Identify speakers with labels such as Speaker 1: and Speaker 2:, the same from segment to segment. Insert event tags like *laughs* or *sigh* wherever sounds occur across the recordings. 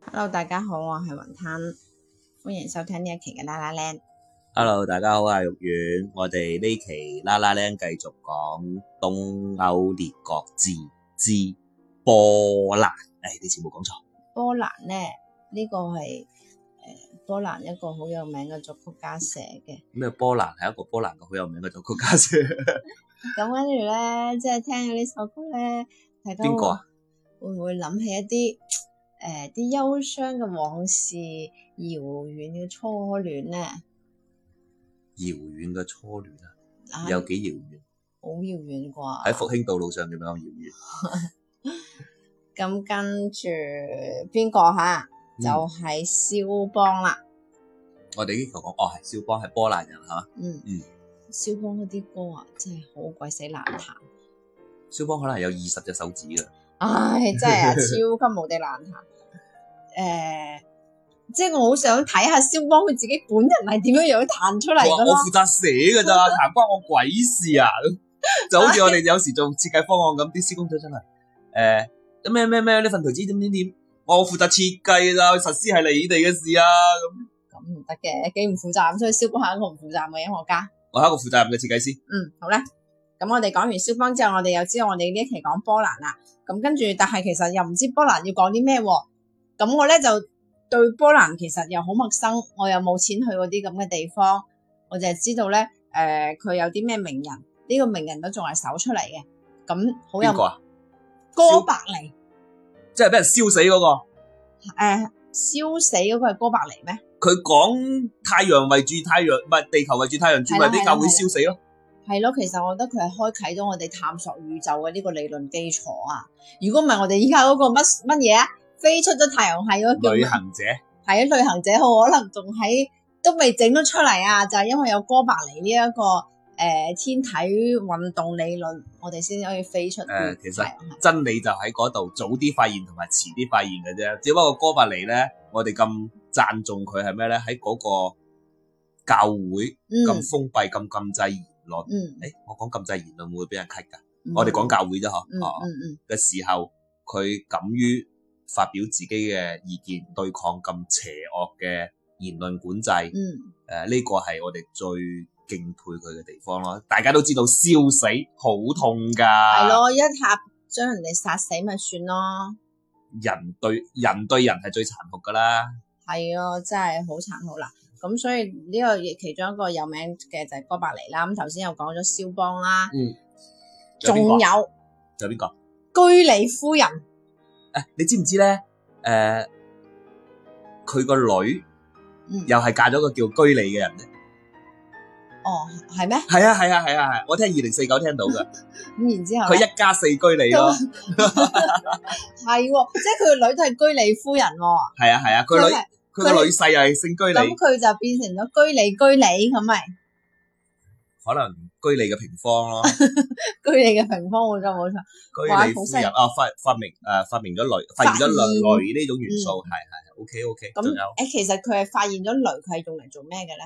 Speaker 1: Hello，大家好，我係雲吞，歡迎收聽呢一期嘅啦啦靚。
Speaker 2: Hello，大家好，我係玉丸。我哋呢期啦啦靚繼續講東歐列國自之波蘭。誒、呢次冇講錯。
Speaker 1: 波蘭呢，呢、個係呃波蘭一個好有名嘅作曲家寫嘅。
Speaker 2: 咩波蘭係一個波蘭嘅好有名嘅作曲家先。 *laughs*
Speaker 1: 咁跟住咧，即係聽咗呢首歌咧，大家
Speaker 2: 邊個啊
Speaker 1: 會會唔會諗起一啲誒啲憂傷嘅往事、遙遠嘅初戀咧？
Speaker 2: 遙遠嘅初戀啊，
Speaker 1: 啊，
Speaker 2: 有幾遙遠？
Speaker 1: 好遙遠啩？
Speaker 2: 喺復興道路上點樣遙遠？
Speaker 1: 咁跟住邊個吓？
Speaker 2: 嗯
Speaker 1: 就係肖邦啦。
Speaker 2: 我哋已經講哦，係肖邦係波蘭人係嘛？
Speaker 1: 嗯
Speaker 2: 嗯，
Speaker 1: 肖邦嗰啲歌啊，真係好鬼死難
Speaker 2: *laughs*
Speaker 1: 彈。
Speaker 2: 肖邦可能有二十隻手指㗎。
Speaker 1: 唉，真係啊，超級無敵難彈。誒、即係我好想睇下肖邦佢自己本人係點樣樣彈出嚟
Speaker 2: 我
Speaker 1: 噶
Speaker 2: 我
Speaker 1: 咯。
Speaker 2: 負責寫㗎
Speaker 1: *laughs*
Speaker 2: 咋，談關我鬼事啊！ *laughs* 就好似我哋有時做設計方案咁，啲施工隊真係誒咩咩咩呢份圖紙點點點，我負責設計㗎咋，實施係你哋嘅事啊！咁
Speaker 1: 咁唔得嘅，幾唔負責任，所以肖邦係一個唔負責任嘅音樂家。
Speaker 2: 我係一個負責任嘅設計師。
Speaker 1: 嗯，好啦，咁我哋講完肖邦之後，我哋又知道我哋呢一期講波蘭啦。咁跟住，但係其實又唔知波蘭要講啲咩喎。咁我咧就對波蘭其實又好陌生，我又冇錢去嗰啲咁嘅地方，我就係知道咧，誒、佢有啲咩名人，呢、個名人都仲係搜出嚟嘅。咁好有
Speaker 2: 邊個啊？
Speaker 1: 哥白尼，
Speaker 2: 即係俾人燒死嗰個。
Speaker 1: 誒、燒死嗰個係哥白尼咩？
Speaker 2: 佢講太陽圍住太陽，唔係地球圍住太陽轉，
Speaker 1: 係啦
Speaker 2: 咪啲教會燒死咯。
Speaker 1: 係咯，其實我覺得佢係開啟咗我哋探索宇宙嘅呢個理論基礎啊！如果唔係，我哋依家嗰個乜乜嘢啊，飛出咗太陽系嗰個叫
Speaker 2: 旅
Speaker 1: 咩
Speaker 2: 行者
Speaker 1: 係啊，旅行者號可能仲喺都未整咗出嚟啊，就係、因為有哥白尼呢、一個誒、呃天體運動理論，我哋先可以飛出
Speaker 2: 誒其實
Speaker 1: 太陽系。
Speaker 2: 真理就喺嗰度，早啲發現同埋遲啲發現嘅啫。只不過哥白尼咧，我哋咁讚頌佢係咩咧？喺嗰個教會。咁
Speaker 1: 嗯
Speaker 2: 封閉、咁禁制言論。
Speaker 1: 嗯，
Speaker 2: 誒，我講禁制言論會唔會俾人 cut 㗎？
Speaker 1: 嗯
Speaker 2: 我哋講教會啫，嗬、
Speaker 1: 嗯
Speaker 2: 哦
Speaker 1: 嗯嗯
Speaker 2: 嘅時候，佢敢於發表自己嘅意見，對抗咁邪惡嘅言論管制。誒、
Speaker 1: 嗯，
Speaker 2: 呢個係我哋最敬佩佢嘅地方咯。大家都知道燒死好痛㗎，
Speaker 1: 係咯、一下將人哋殺死咪算咯。
Speaker 2: 人對人對人係最殘酷㗎啦。
Speaker 1: 係啊，真係好殘酷啦。咁所以呢個亦其中一個有名嘅就係哥白尼啦。咁頭先又講咗肖邦啦，
Speaker 2: 嗯，
Speaker 1: 仲
Speaker 2: 邊個啊
Speaker 1: 有
Speaker 2: 仲有邊個？
Speaker 1: 居里夫人
Speaker 2: 誒，你知唔知咧？誒、佢個女
Speaker 1: 嗯
Speaker 2: 又係嫁咗個叫居里嘅人咧。
Speaker 1: 哦，係咩？
Speaker 2: 係啊係啊係啊係啊，我聽二零四九聽到噶，
Speaker 1: 咁然之後
Speaker 2: 佢
Speaker 1: 呢
Speaker 2: 一家四居你
Speaker 1: 啊
Speaker 2: 咯，
Speaker 1: 係喎，即係佢個女都係居里夫人喎。
Speaker 2: 係啊係啊，佢
Speaker 1: 真
Speaker 2: 女
Speaker 1: 係
Speaker 2: 佢個女婿又係姓居
Speaker 1: 咁
Speaker 2: 里，
Speaker 1: 佢就變成咗居里居里咁咪
Speaker 2: 可能居里嘅平方
Speaker 1: *laughs*
Speaker 2: 咯，
Speaker 1: 居里嘅平方冇錯冇錯。
Speaker 2: 居里夫人啊發發明誒發明咗鐳，發現咗鐳鐳呢種元素，係係係 OK OK，
Speaker 1: 嗯咁
Speaker 2: 仲有
Speaker 1: 誒，其實佢係發現咗鐳，佢係用嚟做咩嘅咧？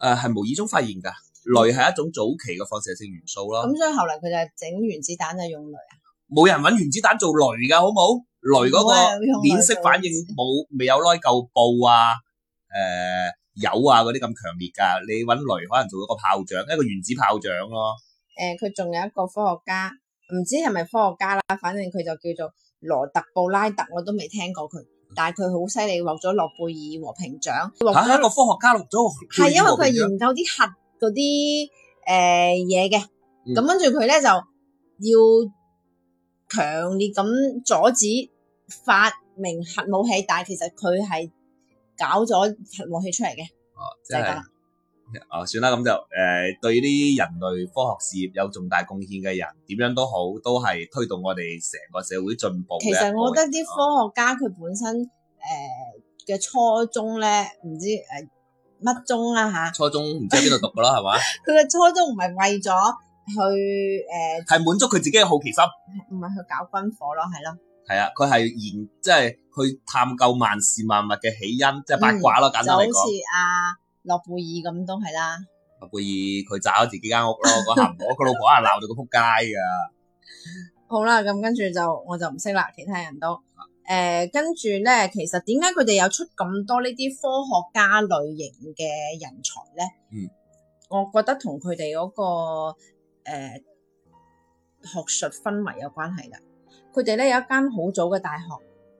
Speaker 2: 誒啊係無意中發現㗎，鐳係一種早期嘅放射性元素咯，
Speaker 1: 嗯咁所以後嚟佢就整原子彈就用鐳。
Speaker 2: 冇人揾原子彈做鐳㗎，好冇？鐳嗰個
Speaker 1: 冇人用鐳
Speaker 2: 鏈式
Speaker 1: 做
Speaker 2: 反應冇未有耐舊布啊誒。油啊嗰啲咁強烈㗎，你揾鐳可能做一個炮仗，一個原子炮仗咯。
Speaker 1: 誒，呃佢仲有一個科學家，唔知係咪科學家啦，反正佢就叫做羅特布拉特，我都未聽過佢，但係佢好犀利，獲咗諾貝爾和平獎，獲
Speaker 2: 吓、一
Speaker 1: 咗
Speaker 2: 個科學家錄咗個
Speaker 1: 係因為佢係
Speaker 2: 配樂
Speaker 1: 研究啲核嗰啲誒嘢嘅，
Speaker 2: 嗯
Speaker 1: 咁跟住佢咧就要強烈咁阻止發明核武器，但係其實佢係搞咗核武器出嚟嘅，
Speaker 2: 哦，
Speaker 1: 就
Speaker 2: 真
Speaker 1: 係咁
Speaker 2: 係
Speaker 1: 啦。
Speaker 2: 哦，算啦，咁就誒、呃，對呢啲人類科學事業有重大貢獻嘅人，點樣都好，都係推動我哋成個社會進步嘅
Speaker 1: 其
Speaker 2: 一個人。
Speaker 1: 實呃我覺得啲科學家佢本身誒嘅、初衷咧，唔知誒、呃乜中啦吓，
Speaker 2: 初中唔知喺邊度讀噶啦，
Speaker 1: *laughs*
Speaker 2: 係嘛？
Speaker 1: 佢嘅初衷唔係為咗去诶，
Speaker 2: 係滿足佢自己嘅好奇心，
Speaker 1: 唔係去搞軍火咯，係咯，
Speaker 2: 係啊，佢係研即係去探究萬事萬物嘅起因，即係八卦咯，簡
Speaker 1: 就好
Speaker 2: 單嚟
Speaker 1: 似
Speaker 2: 講。
Speaker 1: 阿諾貝爾咁都係啦。
Speaker 2: 諾貝啊爾佢炸咗自己間屋咯， *laughs* 嗰下唔我個老婆啊鬧到佢撲街㗎。
Speaker 1: 好啦，咁跟住就我就唔識啦，其他人都诶、跟住咧，其實點解佢哋有出咁多呢啲科學家類型嘅人才咧？
Speaker 2: 嗯，
Speaker 1: 我覺得同佢哋嗰個诶、學術氛圍有關係啦。佢哋咧有一間好早嘅大學，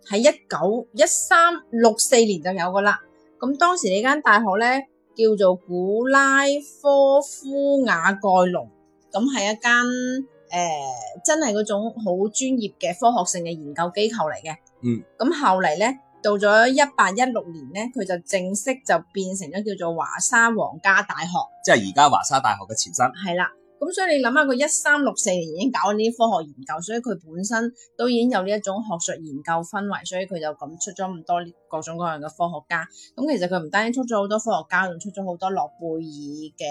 Speaker 1: 喺一九一三六四年就有噶啦。咁當時呢間大學咧叫做古拉科夫瓦蓋隆，咁係一間诶、真係嗰種好專業嘅科學性嘅研究機構嚟嘅。
Speaker 2: 嗯。
Speaker 1: 咁後嚟咧，到咗一八一六年咧，佢就正式就變成咗叫做華沙皇家大學。
Speaker 2: 即係而家華沙大學嘅前身。
Speaker 1: 係啦。咁所以你諗下，佢一三六四年已經搞緊呢啲科學研究，所以佢本身都已經有呢一種學術研究氛圍，所以佢就咁出咗咁多呢各種各樣嘅科學家。咁其實佢唔單止出咗好多科學家，仲出咗好多諾貝爾嘅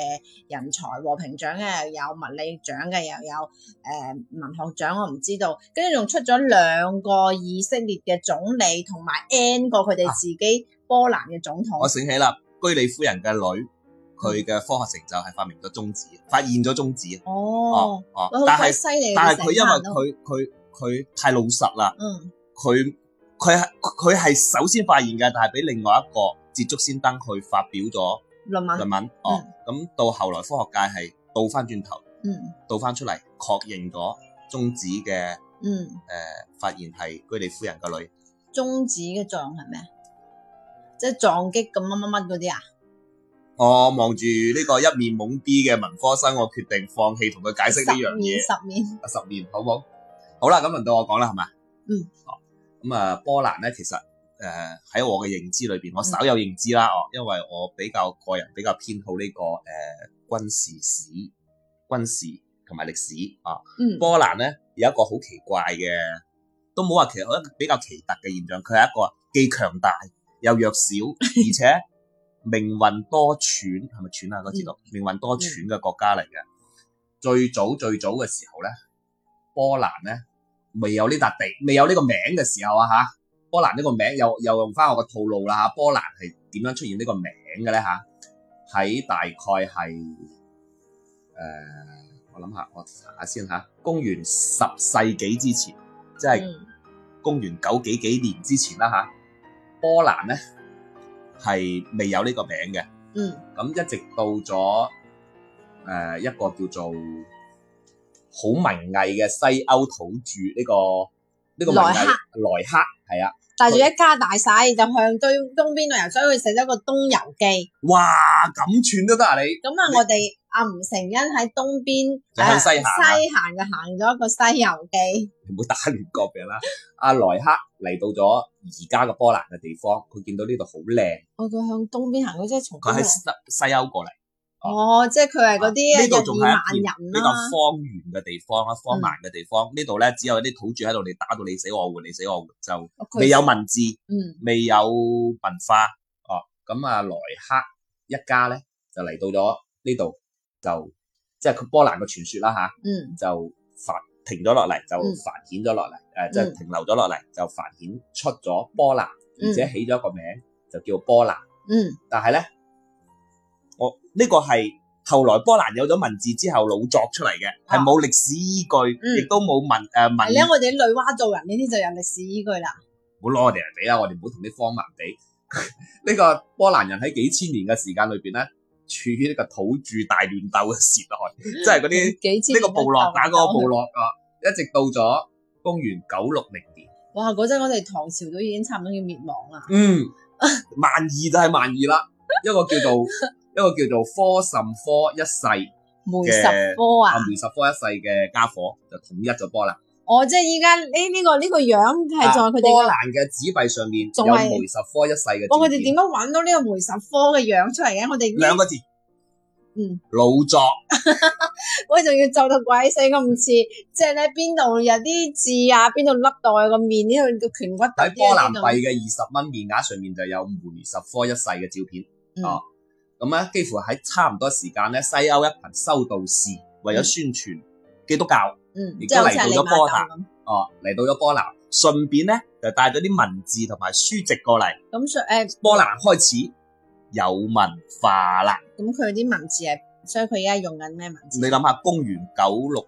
Speaker 1: 人才和平獎嘅，又有物理獎嘅，又有誒、呃文學獎，我唔知道。跟住仲出咗兩個以色列嘅總理，同埋 N 個佢哋自己波蘭嘅總統。
Speaker 2: 我醒起啦，居里夫人嘅女，佢嘅科學成就係發明咗中子，發現咗中子。
Speaker 1: 哦，
Speaker 2: 哦
Speaker 1: 哇，好
Speaker 2: 但
Speaker 1: 鬼
Speaker 2: 係
Speaker 1: 犀利啊！
Speaker 2: 但係佢因為
Speaker 1: 成班人都
Speaker 2: 佢佢佢太老實啦，
Speaker 1: 嗯。
Speaker 2: 佢佢係佢係首先發現嘅，但係俾另外一個捷足先登去發表咗
Speaker 1: 論文，
Speaker 2: 論文。哦，咁到後來科學界係倒翻轉頭，
Speaker 1: 嗯
Speaker 2: 倒翻出嚟確認咗中子嘅誒、
Speaker 1: 嗯，
Speaker 2: 呃、發現係居里夫人嘅女。
Speaker 1: 中指嘅作用係咩啊？即係撞擊咁乜乜乜嗰啲啊？
Speaker 2: 我望住呢個一面懵逼嘅文科生，我決定放棄同佢解釋呢樣嘢。
Speaker 1: 十面十面，
Speaker 2: 啊十年，好冇？好啦，咁輪到我講啦，係嘛？
Speaker 1: 嗯。
Speaker 2: 哦，咁啊，波蘭咧，其實誒呃喺、我嘅認知裏
Speaker 1: 嗯
Speaker 2: 邊，我稍有認知啦，哦，因為我比較個人比較偏好呢、個誒、軍事史、軍事同埋歷史啊。
Speaker 1: 嗯
Speaker 2: 波蘭咧有一個好奇怪嘅，都冇話其實一個比較奇特嘅現象，佢係一個既強大又弱小，而且命運多舛，係咪舛啊？嗰字讀命運多舛嘅國家嚟嘅。最早最早嘅時候咧，波蘭咧未有呢笪地，未有呢個名嘅時候啊嚇，波蘭呢個名又又用翻我個套路啦嚇，波蘭係點樣出現呢個名嘅咧嚇？喺大概係誒、呃我諗下，我查下先嚇，公元十世紀之前，即係。
Speaker 1: 嗯
Speaker 2: 公元九幾幾年之前啦嚇，波蘭咧係未有呢個名嘅，
Speaker 1: 嗯
Speaker 2: 咁一直到咗誒、呃一個叫做好文藝嘅西歐土著呢、個呢、個文藝
Speaker 1: 萊克
Speaker 2: 萊克係啊，
Speaker 1: 帶住一家大細就向對東邊旅遊，所以佢寫咗個《東遊記》。
Speaker 2: 哇咁串都得啊你！ *laughs*
Speaker 1: 咁啊，我哋阿吳成恩喺東邊
Speaker 2: 就向西行啊
Speaker 1: 啊西行就行咗一個《西遊記》。
Speaker 2: 唔好打亂國名啦。阿萊克嚟到咗而家嘅波蘭嘅地方，佢見到呢度好靚，
Speaker 1: 我佢向東邊行，佢即係從
Speaker 2: 佢喺
Speaker 1: 邊
Speaker 2: 西西歐過嚟。
Speaker 1: 啊嚟哦，即係佢係嗰
Speaker 2: 啊呢度
Speaker 1: 啲
Speaker 2: 仲
Speaker 1: 日
Speaker 2: 係
Speaker 1: 耳
Speaker 2: 一
Speaker 1: 曼人
Speaker 2: 比較
Speaker 1: 啦。
Speaker 2: 荒原嘅地方啦，
Speaker 1: 嗯
Speaker 2: 荒蠻嘅地方，呢度咧只有啲土著喺度，你打到你死我活，你死我活就
Speaker 1: 佢
Speaker 2: 未有文字，
Speaker 1: 嗯
Speaker 2: 未有文化哦。咁啊，萊克一家咧就嚟到咗呢度，就即係佢波蘭嘅傳說啦吓，
Speaker 1: 嗯
Speaker 2: 就繁停咗落嚟，就
Speaker 1: 嗯
Speaker 2: 繁衍咗落嚟，誒即
Speaker 1: 嗯
Speaker 2: 係停留咗落嚟，就繁衍出咗波蘭，而且起咗一個名就叫波蘭。
Speaker 1: 嗯
Speaker 2: 但係咧，我呢、個係後來波蘭有咗文字之後老作出嚟嘅，係
Speaker 1: 啊
Speaker 2: 冇歷史依據，
Speaker 1: 嗯
Speaker 2: 亦、都冇文誒、呃、文。
Speaker 1: 係咧，我哋女娲做人呢啲就有歷史依據啦。
Speaker 2: 唔好攞我哋嚟比啦，我哋唔好同啲荒蠻比。 *laughs* 呢個波蘭人喺幾千年嘅時間裏邊咧，處於呢個土著大亂鬥嘅時代， *laughs* 即係嗰啲
Speaker 1: *laughs* 幾千
Speaker 2: 呢個
Speaker 1: 年
Speaker 2: 部落
Speaker 1: 都
Speaker 2: 打
Speaker 1: 鬥
Speaker 2: 嗰個部落啊，一直到咗公元九六零年。
Speaker 1: 哇！嗰陣我哋唐朝都已經差唔多要滅亡啦。
Speaker 2: 嗯，萬二就係萬二啦， *laughs* 一個叫做一個叫做科什科一世。
Speaker 1: 梅十科啊
Speaker 2: 阿！梅十科一世嘅家伙就統一咗波蘭。啊
Speaker 1: 我哦即係依家呢呢個呢個樣係仲係佢
Speaker 2: 波
Speaker 1: 哋嘅。
Speaker 2: 蘭嘅紙幣上面
Speaker 1: 仲係
Speaker 2: 有梅十科一世嘅字典。
Speaker 1: 哇！佢哋點樣揾到呢個梅十科嘅樣出嚟嘅？我哋呢
Speaker 2: 兩個字？
Speaker 1: 嗯，
Speaker 2: 老作
Speaker 1: 我仲要做到鬼死咁似，即係咧邊度有啲字啊，邊度凹到我個面呢度個颧骨度
Speaker 2: 喺波蘭
Speaker 1: 呢度
Speaker 2: 幣嘅二十蚊面額上面就有梅十科一世嘅照片。
Speaker 1: 嗯
Speaker 2: 哦，咁咧幾乎喺差唔多時間咧，西歐一群修道士為咗宣傳基督教。
Speaker 1: 嗯，
Speaker 2: 亦
Speaker 1: 即
Speaker 2: 都
Speaker 1: 係好似係
Speaker 2: 嚟
Speaker 1: 利
Speaker 2: 到
Speaker 1: 瑪
Speaker 2: 波
Speaker 1: 竇
Speaker 2: 蘭
Speaker 1: 咁。
Speaker 2: 哦，嚟到咗波蘭，順便咧就帶咗啲文字同埋書籍過嚟，
Speaker 1: 咁所誒，
Speaker 2: 波蘭開始有文化啦。
Speaker 1: 咁佢啲文字係，所以佢而家用緊咩文字
Speaker 2: 你？諗下，公元九六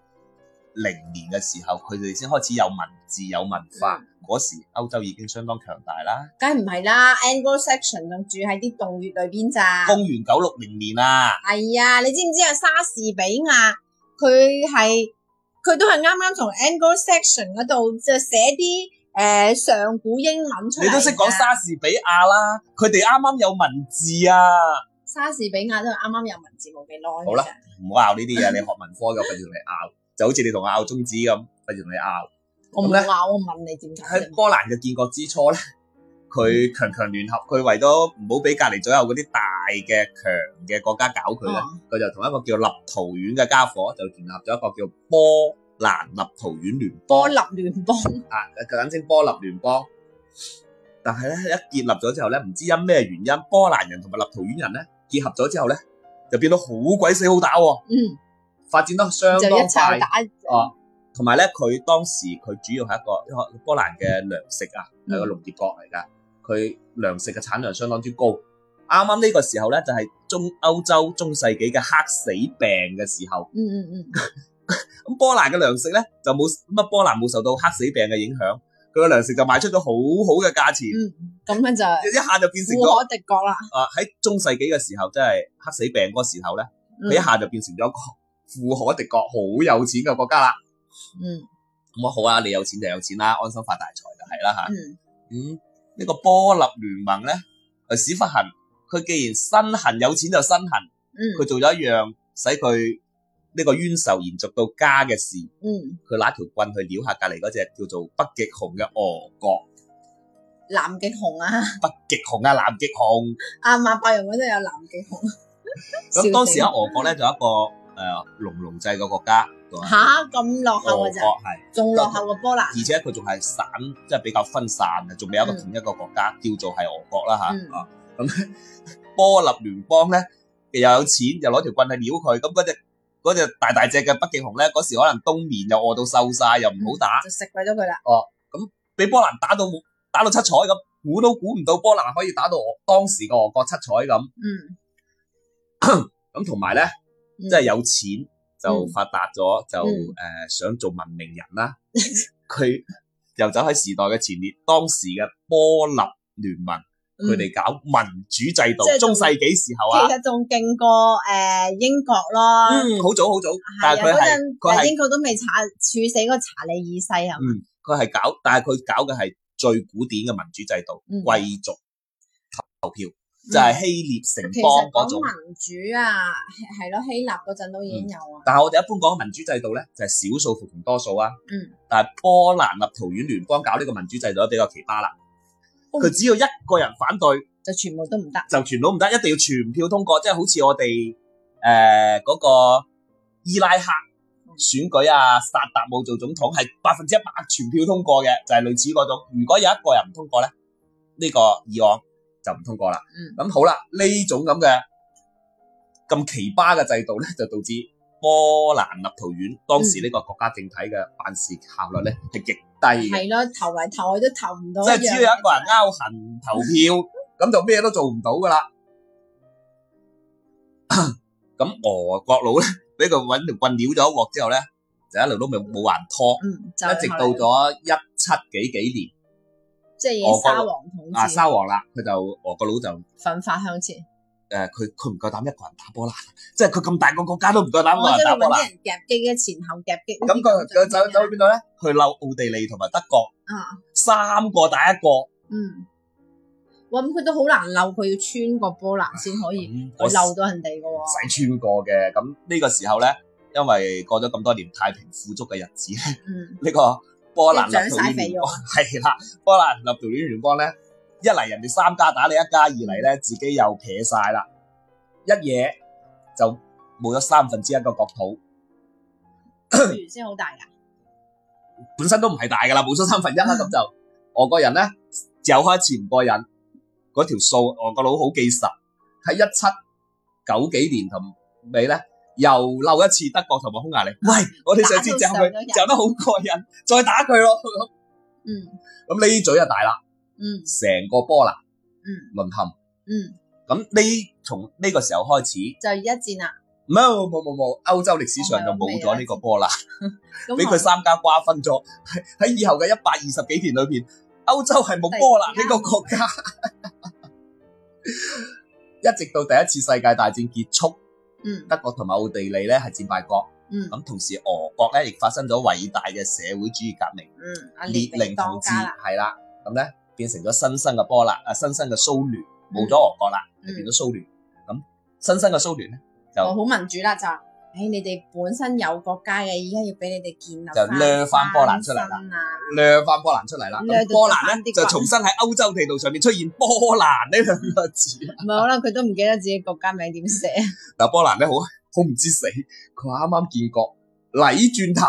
Speaker 2: 零年嘅時候，佢哋先開始有文字有文化，
Speaker 1: 嗯
Speaker 2: 嗰、時歐洲已經相當強大啦。
Speaker 1: 啊梗係唔係啦，Anglo-Saxon 仲住喺啲洞穴裏邊咋。
Speaker 2: 公元九六零年啊，
Speaker 1: 係啊，你知唔知啊？莎士比亞佢係佢都係啱啱從 Anglo-Saxon 嗰度就寫啲誒上古英文出嚟㗎。
Speaker 2: 你都識講莎士比亞啦，佢哋啱啱有文字啊，
Speaker 1: 莎士比亞都係啱啱有文字冇幾耐。
Speaker 2: 好啦，唔好拗呢啲啊嘢，你學文科嘅，費事同你拗，就好似你同我拗中指咁，費事同你拗。
Speaker 1: 我唔
Speaker 2: 咁咧
Speaker 1: 話，我問你點解啫
Speaker 2: 喺波蘭嘅建國之初咧，佢強強聯合，佢為咗唔好俾隔離左右嗰啲大嘅強嘅國家搞佢咧，
Speaker 1: 哦
Speaker 2: 佢、就同一個叫立陶宛嘅家伙就聯合咗一個叫波蘭立陶宛聯邦
Speaker 1: 波立聯邦
Speaker 2: 啊，簡稱波立聯邦。但係咧，一建立咗之後咧，唔知因咩原因，波蘭人同埋立陶宛人咧結合咗之後咧，就變到好鬼死好打喎、
Speaker 1: 嗯，
Speaker 2: 發展得相
Speaker 1: 就
Speaker 2: 當
Speaker 1: 一
Speaker 2: 快
Speaker 1: 齊。打。
Speaker 2: 哦，同埋咧，佢當時佢主要係一個一個波蘭嘅糧食啊，
Speaker 1: 嗯
Speaker 2: 係
Speaker 1: Ừ.
Speaker 2: 個農業國嚟㗎。佢糧食嘅產量相當之高。啱啱呢個時候咧，就係、中歐洲中世紀嘅黑死病嘅時候。
Speaker 1: 嗯嗯嗯，
Speaker 2: 咁波蘭嘅糧食咧就冇乜波蘭冇受到黑死病嘅影響，佢嘅糧食就賣出咗好好嘅價錢，
Speaker 1: 嗯，咁樣就
Speaker 2: *laughs* 一下就變成
Speaker 1: 富
Speaker 2: 咗
Speaker 1: 可敵國啦。
Speaker 2: 啊喺中世紀嘅時候，即係黑死病嗰個時候咧，
Speaker 1: 嗯
Speaker 2: 佢一下就變成咗一個富可敵國、好有錢嘅國家啦。
Speaker 1: 嗯
Speaker 2: 咁啊好啊，你有錢就有錢啦，安心發大財就係啦吓。
Speaker 1: 嗯，
Speaker 2: 咁呢、個波立聯盟咧，誒屎忽痕，佢既然身痕有錢就身痕，
Speaker 1: 嗯
Speaker 2: 佢做咗一樣使佢呢個冤仇延續到家嘅事，
Speaker 1: 嗯，
Speaker 2: 佢拿條棍去撩下隔離嗰只叫做北極熊嘅俄國，
Speaker 1: 南極熊啊， *laughs*
Speaker 2: 北極熊啊南極熊。
Speaker 1: 阿馬伯用嗰度有南極熊。
Speaker 2: 咁當時喺
Speaker 1: 笑
Speaker 2: 啊
Speaker 1: 死
Speaker 2: 俄國咧就有一個誒、呃、農奴制嘅國家，就係
Speaker 1: 吓咁落
Speaker 2: 俄
Speaker 1: 後啊
Speaker 2: 國
Speaker 1: 嘅咋，
Speaker 2: 係。
Speaker 1: 仲落後過波蘭。
Speaker 2: 而且佢仲係散，即係比較分散嘅，仲未有一個
Speaker 1: 嗯
Speaker 2: 統一嘅國家，叫做係俄國啦吓，
Speaker 1: 嗯
Speaker 2: 啊，咁 *laughs* 呢波立聯邦咧又有錢，又攞條棍去撩佢，咁嗰只嗰只大大隻嘅北極熊咧，嗰時可能冬眠又餓到瘦晒，又唔好打，
Speaker 1: 就食鬼咗佢啦。
Speaker 2: 俾波蘭打到冇打到七彩咁，估都估唔到波蘭可以打到俄當時嘅俄國七彩咁，
Speaker 1: 嗯，
Speaker 2: 咁同埋咧
Speaker 1: 嗯
Speaker 2: 即係有錢就
Speaker 1: 嗯
Speaker 2: 發達咗，就誒
Speaker 1: 嗯、
Speaker 2: 想做文明人啦。 *laughs* 佢又走喺時代嘅前列，當時嘅波立聯盟，佢哋搞民主制度
Speaker 1: 即係，
Speaker 2: 中
Speaker 1: 仲
Speaker 2: 世紀時候
Speaker 1: 嗯
Speaker 2: 啊
Speaker 1: 其，實仲勁過誒英國咯。
Speaker 2: 嗯，好早好早，但係
Speaker 1: 係
Speaker 2: 佢
Speaker 1: 啊，嗰
Speaker 2: 係
Speaker 1: 陣
Speaker 2: 佢係嗯
Speaker 1: 誒英國都未查處死個查理二世啊係嘛？
Speaker 2: 佢係搞，但係佢搞嘅係最古典嘅民主制度，
Speaker 1: 嗯
Speaker 2: 貴族投投票，就係希臘城
Speaker 1: 其
Speaker 2: 邦
Speaker 1: 實
Speaker 2: 嗰種
Speaker 1: 講。民主啊，係係咯，希臘嗰陣都已經有啊。
Speaker 2: 但係我哋一般講嘅民主制度咧，就係、少數服從多數啊。
Speaker 1: 嗯。
Speaker 2: 但係波蘭立陶宛聯邦搞呢個民主制度都比較奇葩啦。
Speaker 1: 嗯
Speaker 2: 佢只要一個人反對，
Speaker 1: 就全部都唔得。
Speaker 2: 就全到唔得，一定要全票通過，即係好似我哋誒嗰個伊拉克選舉啊，薩達姆做總統係百分之一百全票通過嘅，就係、類似嗰種。如果有一個人唔通過咧，呢、個議案就唔通過啦。
Speaker 1: 嗯
Speaker 2: 咁好啦，呢種咁嘅咁奇葩嘅制度咧，就導致波蘭立陶宛當時呢個國家政體嘅辦事效率咧係極低嘅。
Speaker 1: 係咯，投嚟投去都投唔到
Speaker 2: 即
Speaker 1: 樣嘢。
Speaker 2: 係只要有一個人勾痕投票，咁就咩都做唔到噶 *coughs* 啦。咁俄國佬咧，俾佢揾條棍撩咗一鑊之後咧，就一路都冇冇還拖，
Speaker 1: 嗯，就
Speaker 2: 一直到
Speaker 1: 後嚟
Speaker 2: 咗一七幾幾年，
Speaker 1: 即係已經沙皇
Speaker 2: 阿
Speaker 1: 統治，
Speaker 2: 啊沙皇啦，佢就俄國佬就
Speaker 1: 奮發向前。
Speaker 2: 誒，佢佢唔夠膽一個人打波蘭，即係佢咁大個國家都唔夠膽一
Speaker 1: 我
Speaker 2: 個人
Speaker 1: 真
Speaker 2: 打
Speaker 1: 係
Speaker 2: 波
Speaker 1: 揾
Speaker 2: 蘭。
Speaker 1: 啲人夾擊嘅前後夾擊。
Speaker 2: 咁佢佢走走去邊度咧？去嬲奧地利同埋德國，
Speaker 1: 啊
Speaker 2: 三個打一個。
Speaker 1: 嗯，哇！咁佢都好難漏，佢要穿過波蘭先可以
Speaker 2: 咁我
Speaker 1: 漏到人哋嘅
Speaker 2: 唔
Speaker 1: 喎。
Speaker 2: 使穿過嘅。咁呢個時候咧，因為過咗咁多年太平富足嘅日子， *laughs* 呢、
Speaker 1: 嗯，
Speaker 2: 個波蘭立
Speaker 1: 即係
Speaker 2: 陶
Speaker 1: 長
Speaker 2: 宛
Speaker 1: 晒肥
Speaker 2: 聯
Speaker 1: 肉
Speaker 2: 邦 *laughs* 係啦，波蘭立陶宛聯邦咧，一嚟人哋三家打你一家，二嚟咧自己又撇晒啦，一嘢就冇咗三分之一個國土，
Speaker 1: 譬如先好大㗎。
Speaker 2: 本身都唔係大噶啦，冇咗三分一
Speaker 1: 嗯
Speaker 2: 啦，咁就俄國人咧又開始唔過癮，嗰條數俄國佬好記實，喺一七九幾年同尾咧，又漏一次德國同埋匈牙利。喂，我哋上次嚼佢
Speaker 1: 嗯打到上咗癮
Speaker 2: 嚼得好過癮，再打佢咯。
Speaker 1: 嗯
Speaker 2: 咁呢嘴就大啦，
Speaker 1: 嗯
Speaker 2: 成個波蘭
Speaker 1: 嗯
Speaker 2: 淪陷。
Speaker 1: 嗯，
Speaker 2: 咁呢從呢個時候開始，
Speaker 1: 就一戰啦。
Speaker 2: 冇冇冇冇，歐洲歷史上就冇咗呢個波蘭，
Speaker 1: 咁啊
Speaker 2: 俾佢三家瓜分咗。喺喺以後嘅一百二十幾年裏邊，歐洲係冇波蘭呢個國家， *laughs* 一直到第一次世界大戰結束。
Speaker 1: 嗯
Speaker 2: 德國同埋奧地利咧係戰敗國，
Speaker 1: 嗯
Speaker 2: 咁同時俄國咧亦發生咗偉大嘅社會主義革命，
Speaker 1: 嗯，阿
Speaker 2: 列寧
Speaker 1: 當
Speaker 2: 同志
Speaker 1: 家啦。
Speaker 2: 係啦，咁咧變成咗新生嘅波蘭啊，新生嘅蘇聯冇咗俄國啦，
Speaker 1: 嗯
Speaker 2: 就變咗蘇聯，咁新生嘅蘇聯咧就
Speaker 1: 我好民主啦，就話，唉，你哋本身有國家嘅，而家要俾你哋建立
Speaker 2: 就掠翻波蘭出嚟啦
Speaker 1: 啦。
Speaker 2: 掠翻波蘭出嚟啦，
Speaker 1: 掠到
Speaker 2: 咁波蘭咧
Speaker 1: 得返
Speaker 2: 就
Speaker 1: 啲
Speaker 2: 重新喺歐洲地圖上面出現波蘭呢兩個字。 *laughs*
Speaker 1: 唔係，可能佢都唔記得自己國家名點寫。
Speaker 2: 嗱，波蘭咧好好唔知死，佢啱啱建國，禮轉頭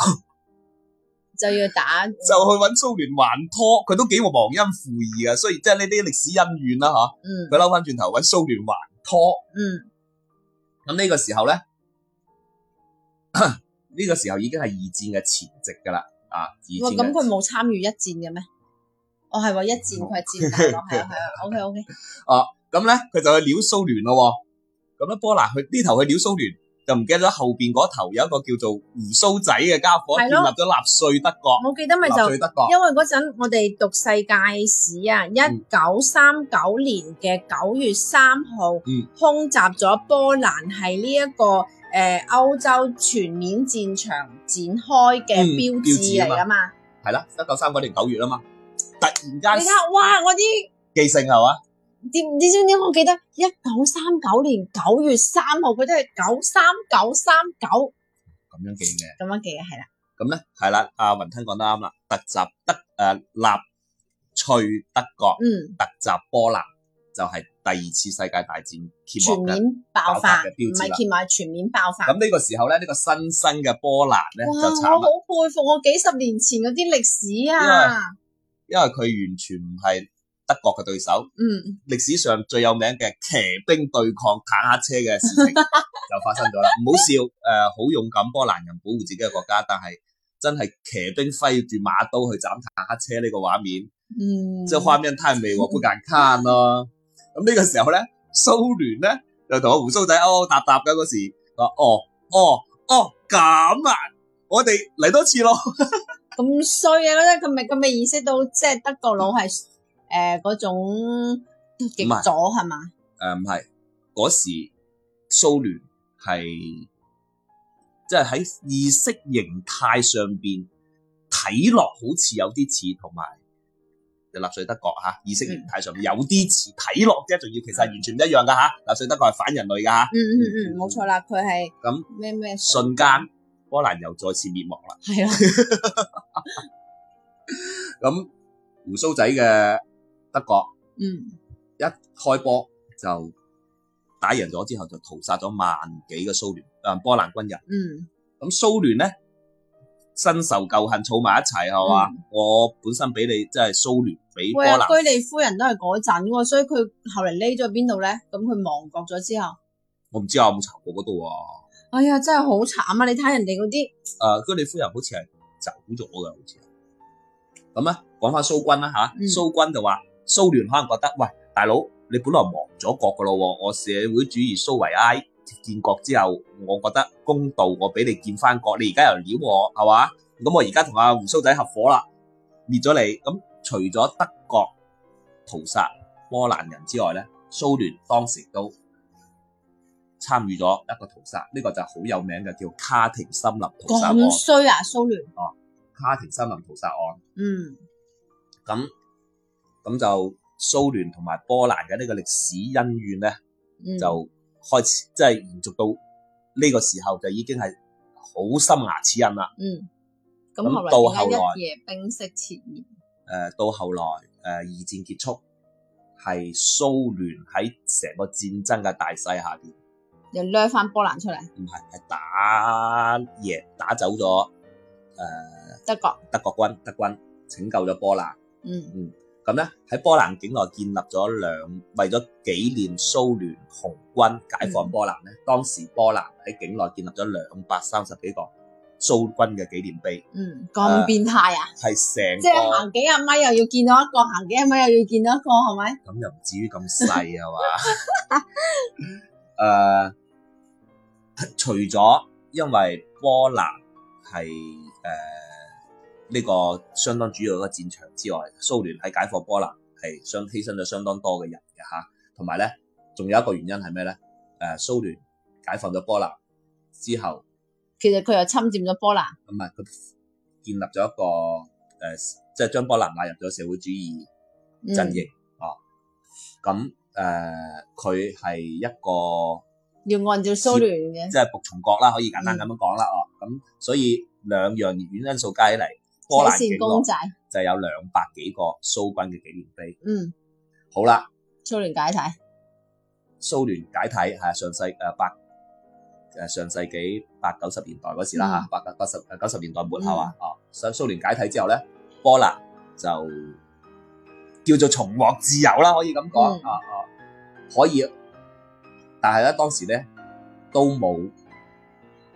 Speaker 1: 就要打
Speaker 2: 就去揾蘇聯還拖，佢都幾忘恩負義啊！雖然即係呢啲歷史恩怨啦嚇。
Speaker 1: 嗯
Speaker 2: 佢嬲翻轉頭揾蘇聯還拖。
Speaker 1: 嗯
Speaker 2: 咁呢個 *clears throat* 時候咧，呢個時候已經係二戰嘅前夕噶啦，啊，二
Speaker 1: 哇
Speaker 2: 戰
Speaker 1: 咁
Speaker 2: 嘅
Speaker 1: 佢冇參與一戰嘅咩？我係話一戰佢係戰敗咯，係啊係啊，OK OK，
Speaker 2: 咁咧，佢就去撩蘇聯咯喎。咁咧，波蘭去呢頭去撩蘇聯，就唔記得咗後邊嗰頭有一個叫做胡鬚仔嘅家伙，
Speaker 1: 係
Speaker 2: 建
Speaker 1: 咯
Speaker 2: 立咗納粹德國，
Speaker 1: 我記得咪就
Speaker 2: 納粹德國。
Speaker 1: 因為嗰陣我哋讀世界史啊，
Speaker 2: 嗯
Speaker 1: 一九三九年嘅九月三號
Speaker 2: 嗯
Speaker 1: 空襲咗波蘭，係呢一個誒歐洲全面戰場展開嘅
Speaker 2: 嗯
Speaker 1: 標
Speaker 2: 標
Speaker 1: 誌
Speaker 2: 誌啊
Speaker 1: 嚟
Speaker 2: 嘛
Speaker 1: 噶嘛。
Speaker 2: 係啦，一九三九年九月啊嘛，突然
Speaker 1: 你睇
Speaker 2: 間
Speaker 1: 下，哇！我啲
Speaker 2: 記性係嘛？
Speaker 1: 點你知唔知？我記得一九三九年九月三號，佢都係九三九三九
Speaker 2: 咁樣記嘅。
Speaker 1: 咁樣記嘅，係啦。
Speaker 2: 咁咧係啦，阿雲吞講得啱啦，突襲德誒納粹德國。
Speaker 1: 嗯，
Speaker 2: 突襲波蘭，就係、第二次世界大戰揭
Speaker 1: 全
Speaker 2: 幕嘅。
Speaker 1: 面爆
Speaker 2: 爆發
Speaker 1: 發，唔
Speaker 2: 嘅標誌啦
Speaker 1: 係揭埋全面爆發。
Speaker 2: 咁呢個時候咧，呢、個新生嘅波蘭咧
Speaker 1: 哇！
Speaker 2: 就
Speaker 1: 我
Speaker 2: 慘
Speaker 1: 好
Speaker 2: 啦，
Speaker 1: 佩服我幾十年前嗰啲歷史啊，
Speaker 2: 因為佢完全唔係德國嘅對手，
Speaker 1: 嗯，
Speaker 2: 歷史上最有名嘅騎兵對抗坦克車嘅事情就發生咗啦。唔好笑，誒、好勇敢波蘭人保護自己嘅國家，但係真係騎兵揮住馬刀去斬坦克車呢個畫面。
Speaker 1: 嗯，
Speaker 2: 即係畫面太美喎，不敢看咯。咁呢個時候咧，蘇聯咧就同我胡鬚仔勾勾搭搭嘅嗰時，話哦哦哦咁啊，我哋嚟多次咯。
Speaker 1: 咁衰嘅咧，佢咪佢咪意識到即係德國佬係誒嗰種極
Speaker 2: 嗯唔係
Speaker 1: 左係嘛？
Speaker 2: 誒唔嗯係，嗰時蘇聯係即係喺意識形態上邊睇落好似有啲似，同埋就納粹德國嚇、意識形態上面有啲似，睇落啫，仲要其實係完全唔一樣噶嚇。納粹德國係反人類噶嚇。
Speaker 1: 嗯嗯嗯，冇錯啦，佢係
Speaker 2: 咁
Speaker 1: 咩咩
Speaker 2: 瞬間波蘭又再次滅亡啦。
Speaker 1: 係啊咯，
Speaker 2: 咁胡鬚仔嘅德國
Speaker 1: 嗯
Speaker 2: 一開波就打贏咗之後，就屠殺咗萬幾個蘇聯啊波蘭軍人。
Speaker 1: 嗯
Speaker 2: 咁蘇聯咧新仇舊恨儲埋一齊係嘛？我本身俾你即係蘇聯俾波
Speaker 1: 嗯喂，阿
Speaker 2: 蘭
Speaker 1: 居里夫人都係嗰陣喎，所以佢後嚟匿咗去邊度咧？咁佢亡國咗之後，
Speaker 2: 我唔知啊，我冇查過嗰度啊。
Speaker 1: 哎呀，真係好慘啊！你睇下人哋嗰啲，
Speaker 2: 誒居里夫人好似係走咗嘅，好似係。咁咧講翻蘇軍啦嚇，
Speaker 1: 嗯
Speaker 2: 蘇軍就話蘇聯可能覺得，喂大佬你本來亡咗國噶咯喎，我社會主義蘇維埃建國之後，我覺得公道，我俾你建翻國，你而家又撩我係嘛？咁我而家同阿胡鬚仔合伙啦，滅咗你。咁除咗德國屠殺波蘭人之外咧，蘇聯當時都參與咗一個屠殺，呢、個就好有名嘅叫卡廷森林屠殺案。
Speaker 1: 咁衰啊，蘇聯，
Speaker 2: 卡廷森林屠殺案，
Speaker 1: 嗯
Speaker 2: 咁咁就蘇聯同埋波蘭嘅呢個歷史恩怨咧，
Speaker 1: 嗯，
Speaker 2: 就開始即係延續到呢個時候就已經係好深牙齒印啦。
Speaker 1: 嗯，咁
Speaker 2: 咁
Speaker 1: 後
Speaker 2: 到
Speaker 1: 嚟
Speaker 2: 後
Speaker 1: 點解
Speaker 2: 來
Speaker 1: 一夜冰釋前嫌？
Speaker 2: 誒、到後來誒、二戰結束，係蘇聯喺成個戰爭嘅大勢下邊，
Speaker 1: 又掠翻波蘭出嚟，
Speaker 2: 唔係係打贏打走咗誒、
Speaker 1: 德國，
Speaker 2: 德國軍，德軍拯救咗波蘭。
Speaker 1: 嗯
Speaker 2: 咁咧喺波蘭境內建立咗兩，為咗紀念蘇聯紅軍解放波蘭咧，當時波蘭喺境內建立咗兩百三十幾個蘇軍嘅紀念碑，
Speaker 1: 嗯，咁變態啊！
Speaker 2: 係成
Speaker 1: 即係
Speaker 2: 個
Speaker 1: 行幾廿米又要見到一個，行幾廿米又要見到一個，係咪？
Speaker 2: 咁又唔至於咁細啊係 *laughs* 嘛？誒，除咗因為波蘭係誒呃呢個相當主要嘅戰場之外，蘇聯喺解放波蘭係相犧牲咗相當多嘅人嘅嚇，同埋咧仲有一個原因係咩咧？誒、蘇聯解放咗波蘭之後，
Speaker 1: 其實佢又侵佔咗波蘭，
Speaker 2: 唔係佢建立咗一個誒、即係將波蘭納入咗社會主義。
Speaker 1: 嗯
Speaker 2: 陣營哦。咁誒，佢係一個
Speaker 1: 要按照蘇聯嘅，
Speaker 2: 即係服從國啦，可以
Speaker 1: 嗯
Speaker 2: 簡單咁樣講啦哦。咁所以兩樣原因素加起嚟，波蘭
Speaker 1: 扯
Speaker 2: 境
Speaker 1: 線公
Speaker 2: 內
Speaker 1: 仔，
Speaker 2: 就有兩百幾個蘇軍嘅紀念碑。
Speaker 1: 嗯，
Speaker 2: 好啦，
Speaker 1: 蘇聯解體，
Speaker 2: 蘇聯解體係啊上世誒八誒上世紀八九十年代嗰時
Speaker 1: 嗯
Speaker 2: 啦嚇，八九八十誒九十年代末後啊，哦，蘇蘇聯解體之後咧，波蘭就叫做重獲自由啦，可以咁講
Speaker 1: 嗯
Speaker 2: 啊啊，可以，但係咧當時咧都冇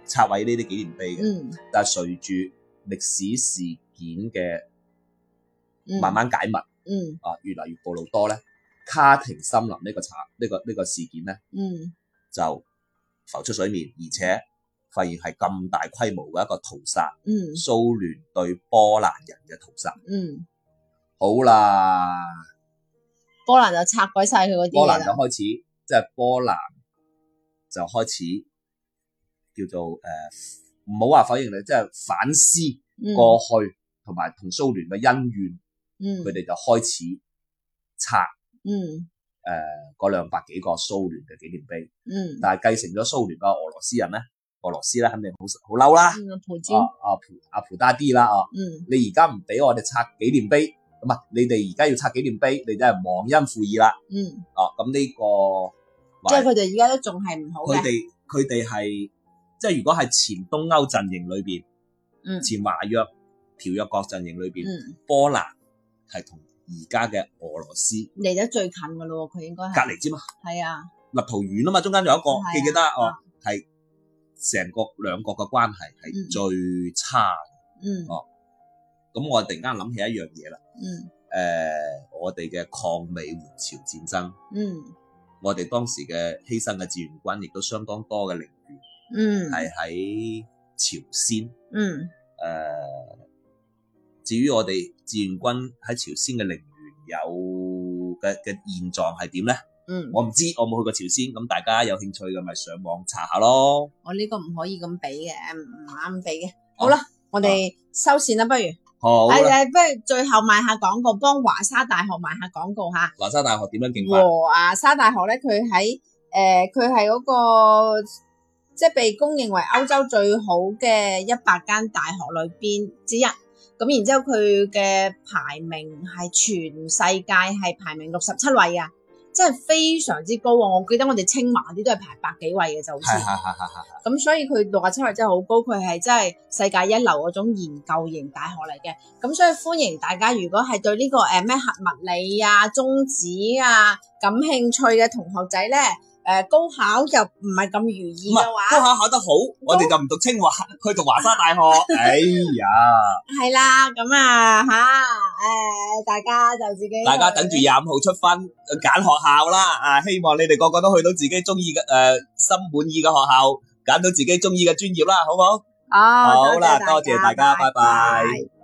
Speaker 2: 拆毀呢啲紀念碑嘅，
Speaker 1: 嗯
Speaker 2: 但係隨住歷史事件嘅
Speaker 1: 嗯，
Speaker 2: 慢慢解密
Speaker 1: 嗯
Speaker 2: 啊，越嚟越暴露多咧，卡廷森林呢個查呢個呢個事件咧。
Speaker 1: 嗯
Speaker 2: 就浮出水面，而且發現係咁大規模嘅一個屠殺，
Speaker 1: 嗯
Speaker 2: 蘇聯對波蘭人嘅屠殺。
Speaker 1: 嗯，
Speaker 2: 好啦，
Speaker 1: 波蘭就拆鬼晒佢嗰啲
Speaker 2: 波
Speaker 1: 嘢
Speaker 2: 蘭就
Speaker 1: 啦，
Speaker 2: 開始即係波蘭就開始叫做誒，呃唔好話否認你，即係反思
Speaker 1: 嗯
Speaker 2: 過去同埋同蘇聯嘅恩怨，
Speaker 1: 嗯
Speaker 2: 佢哋就開始拆
Speaker 1: 嗯
Speaker 2: 誒嗰兩百幾個蘇聯嘅紀念碑，
Speaker 1: 嗯，
Speaker 2: 但係繼承咗蘇聯嘅俄羅斯人咧，俄羅斯咧肯定好好嬲啦。
Speaker 1: 嗯蒲椒
Speaker 2: 啊，啊蒲啊蒲大啲啦啊！
Speaker 1: 嗯
Speaker 2: 你而家唔俾我哋拆紀念碑，唔係你哋而家要拆紀念碑，你真係忘恩負義啦！
Speaker 1: 嗯，
Speaker 2: 啊，咁呢、個
Speaker 1: 即係佢哋而家都仲係唔好
Speaker 2: 佢
Speaker 1: 嘅，
Speaker 2: 哋佢哋係即係如果係前東歐陣營裏邊，
Speaker 1: 嗯
Speaker 2: 前華約條約國陣營裏邊，
Speaker 1: 嗯，
Speaker 2: 波蘭係同而家嘅俄羅斯
Speaker 1: 離得最近噶咯喎，佢應該
Speaker 2: 隔
Speaker 1: 係，
Speaker 2: 離之嘛，
Speaker 1: 係啊，
Speaker 2: 立陶宛啊嘛，中間仲有一個
Speaker 1: 係啊
Speaker 2: 記唔記得啊？哦，係成個兩國嘅關係係
Speaker 1: 嗯
Speaker 2: 最差嘅。
Speaker 1: 嗯
Speaker 2: 哦咁我突然間諗起一樣嘢啦。
Speaker 1: 嗯
Speaker 2: 誒、呃我哋嘅抗美援朝戰爭，
Speaker 1: 嗯
Speaker 2: 我哋當時嘅犧牲嘅志願軍亦都相當多嘅陵園，
Speaker 1: 嗯
Speaker 2: 係喺朝鮮。誒、呃
Speaker 1: 嗯
Speaker 2: 至於我哋志願軍喺朝鮮嘅陵園有嘅嘅現狀係點咧？
Speaker 1: 嗯，
Speaker 2: 我唔知，我冇去過朝鮮，咁大家有興趣嘅咪上網查下咯。
Speaker 1: 我呢個唔可以咁俾嘅，唔唔啱俾嘅，好啦，我哋收線啦，不如。
Speaker 2: 哦好
Speaker 1: 诶
Speaker 2: 啦，
Speaker 1: 诶，不如最後賣下廣告，幫華沙大學賣下廣告吓。
Speaker 2: 華山大學點樣競拍？
Speaker 1: 華沙大學咧，佢呃喺诶，佢係嗰個即係被公認為歐洲最好嘅一百間大學裏邊之一。咁然之後佢嘅排名係全世界係排名六十七位啊，真係非常之高啊！我記得我哋清華啲都係排百幾位嘅就好似
Speaker 2: 係。係係係係，
Speaker 1: 咁所以佢六十七位真係好高，佢係真係世界一流嗰種研究型大學嚟嘅。咁所以歡迎大家，如果係對呢、個誒咩、核物理啊、中子啊感興趣嘅同學仔咧，誒、高考又唔係咁如意
Speaker 2: 唔
Speaker 1: 嘅
Speaker 2: 係高
Speaker 1: 話，
Speaker 2: 考考得好，我哋就唔讀清華，去讀華山大學。哎呀！
Speaker 1: *laughs* 係啦，咁啊吓，誒、大家就自己
Speaker 2: 大家等住廿五號出分揀學校啦！啊，希望你哋個個都去到自己中意嘅誒心滿意嘅學校，揀到自己中意嘅專業啦，好唔好？
Speaker 1: 哦，
Speaker 2: 好啦多謝大家拜拜